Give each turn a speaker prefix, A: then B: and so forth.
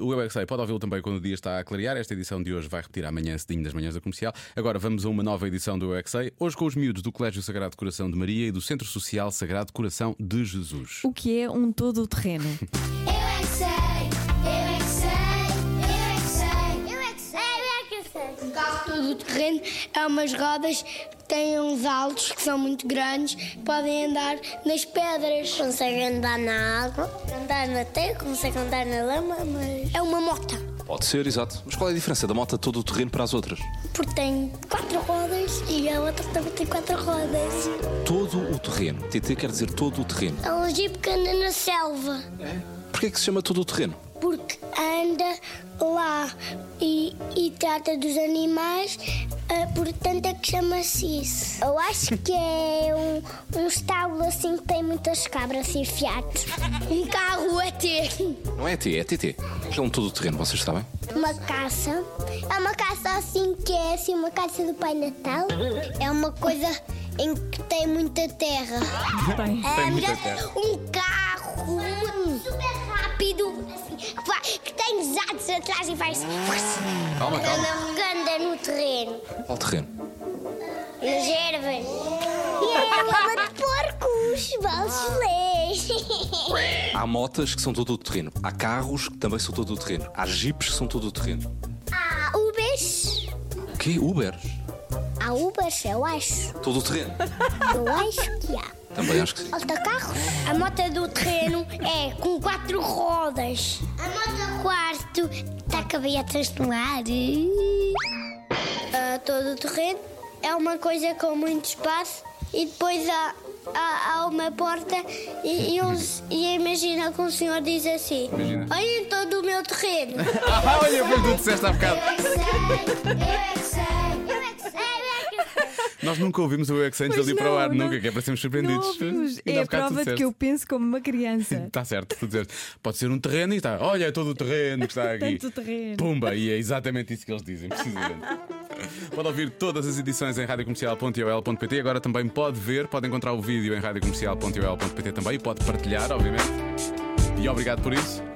A: O Eu é que Sei pode ouvi-lo também quando o dia está a clarear. Esta edição de hoje vai repetir amanhã cedinho nas manhãs da comercial. Agora vamos a uma nova edição do Eu é que Sei, hoje com os miúdos do Colégio Sagrado Coração de Maria e do Centro Social Sagrado Coração de Jesus.
B: O que é um todo o terreno?
C: Eu é que sei, eu é que sei, eu é que sei, eu é que sei, eu é que sei. Um carro todo o terreno há umas rodas que têm uns altos que são muito grandes, podem andar nas pedras. Conseguem andar na água, andar na terra, conseguem andar na lama, mas. É uma mota,
D: Pode ser, exato. Mas qual é a diferença da moto todo o terreno para as outras?
C: porque tem quatro rodas e a outra também tem quatro rodas.
D: Todo o terreno. TT quer dizer todo o terreno.
C: É um jeep que anda na selva.
D: Porquê é que se chama todo o terreno?
C: porque anda lá e, e trata dos animais, eh, portanto é que chama-se isso. Eu acho que é um, um estábulo assim que tem muitas cabras e fiatos. Um carro a ter.
D: Não é T, é TT. O que é um todo o terreno, vocês sabem?
C: Uma caça. É uma caça assim que é assim uma caça do Pai Natal. É uma coisa em que tem muita terra.
B: Tem.
C: Anda
D: muita terra.
C: um carro super rápido assim, que vai- que tem desados atrás e vai
D: Calma, calma.
C: Anda, anda é um no terreno,
D: Qual terreno?
C: nas ervas. E é lama de porcos, balsolês.
D: Há motas que são todo o terreno. Há carros que também são todo o terreno. Há jipes que são todo o terreno.
C: Há ubers.
D: O quê? Ubers?
C: Há ubers, eu acho.
D: Todo o terreno.
C: Eu acho que há.
D: Também acho que sim.
C: Autocarros? A moto do terreno é com quatro rodas. A moto quarto tá está cabeças no ar. todo o terreno é uma coisa com muito espaço e depois há, há, há uma porta e, e, uns- e imagina que um senhor diz assim:
A: Imagina.
C: Olhem todo o meu terreno.
A: Ah, olha, foi o que tu disseste há bocado. Nós nunca ouvimos o Eu é que Sei antes
B: Pois
A: ali para o
B: não,
A: ar,
B: não-
A: nunca, que é para sermos
B: Não
A: surpreendidos.
B: ouvimos.
A: Ainda
B: É
A: há
B: a
A: bocado tu
B: prova de que
A: disseste.
B: eu penso como uma criança.
A: Está tá certo, tu dizes, pode ser um terreno e está. Olha, é todo o terreno que está aqui.
B: Tanto terreno.
A: Pumba, e é exatamente isso que eles dizem, precisamente. Pode ouvir todas as edições em radiocomercial.ol.pt. Agora também pode ver, pode encontrar o vídeo em radiocomercial.ol.pt também e pode partilhar, obviamente. E obrigado por isso.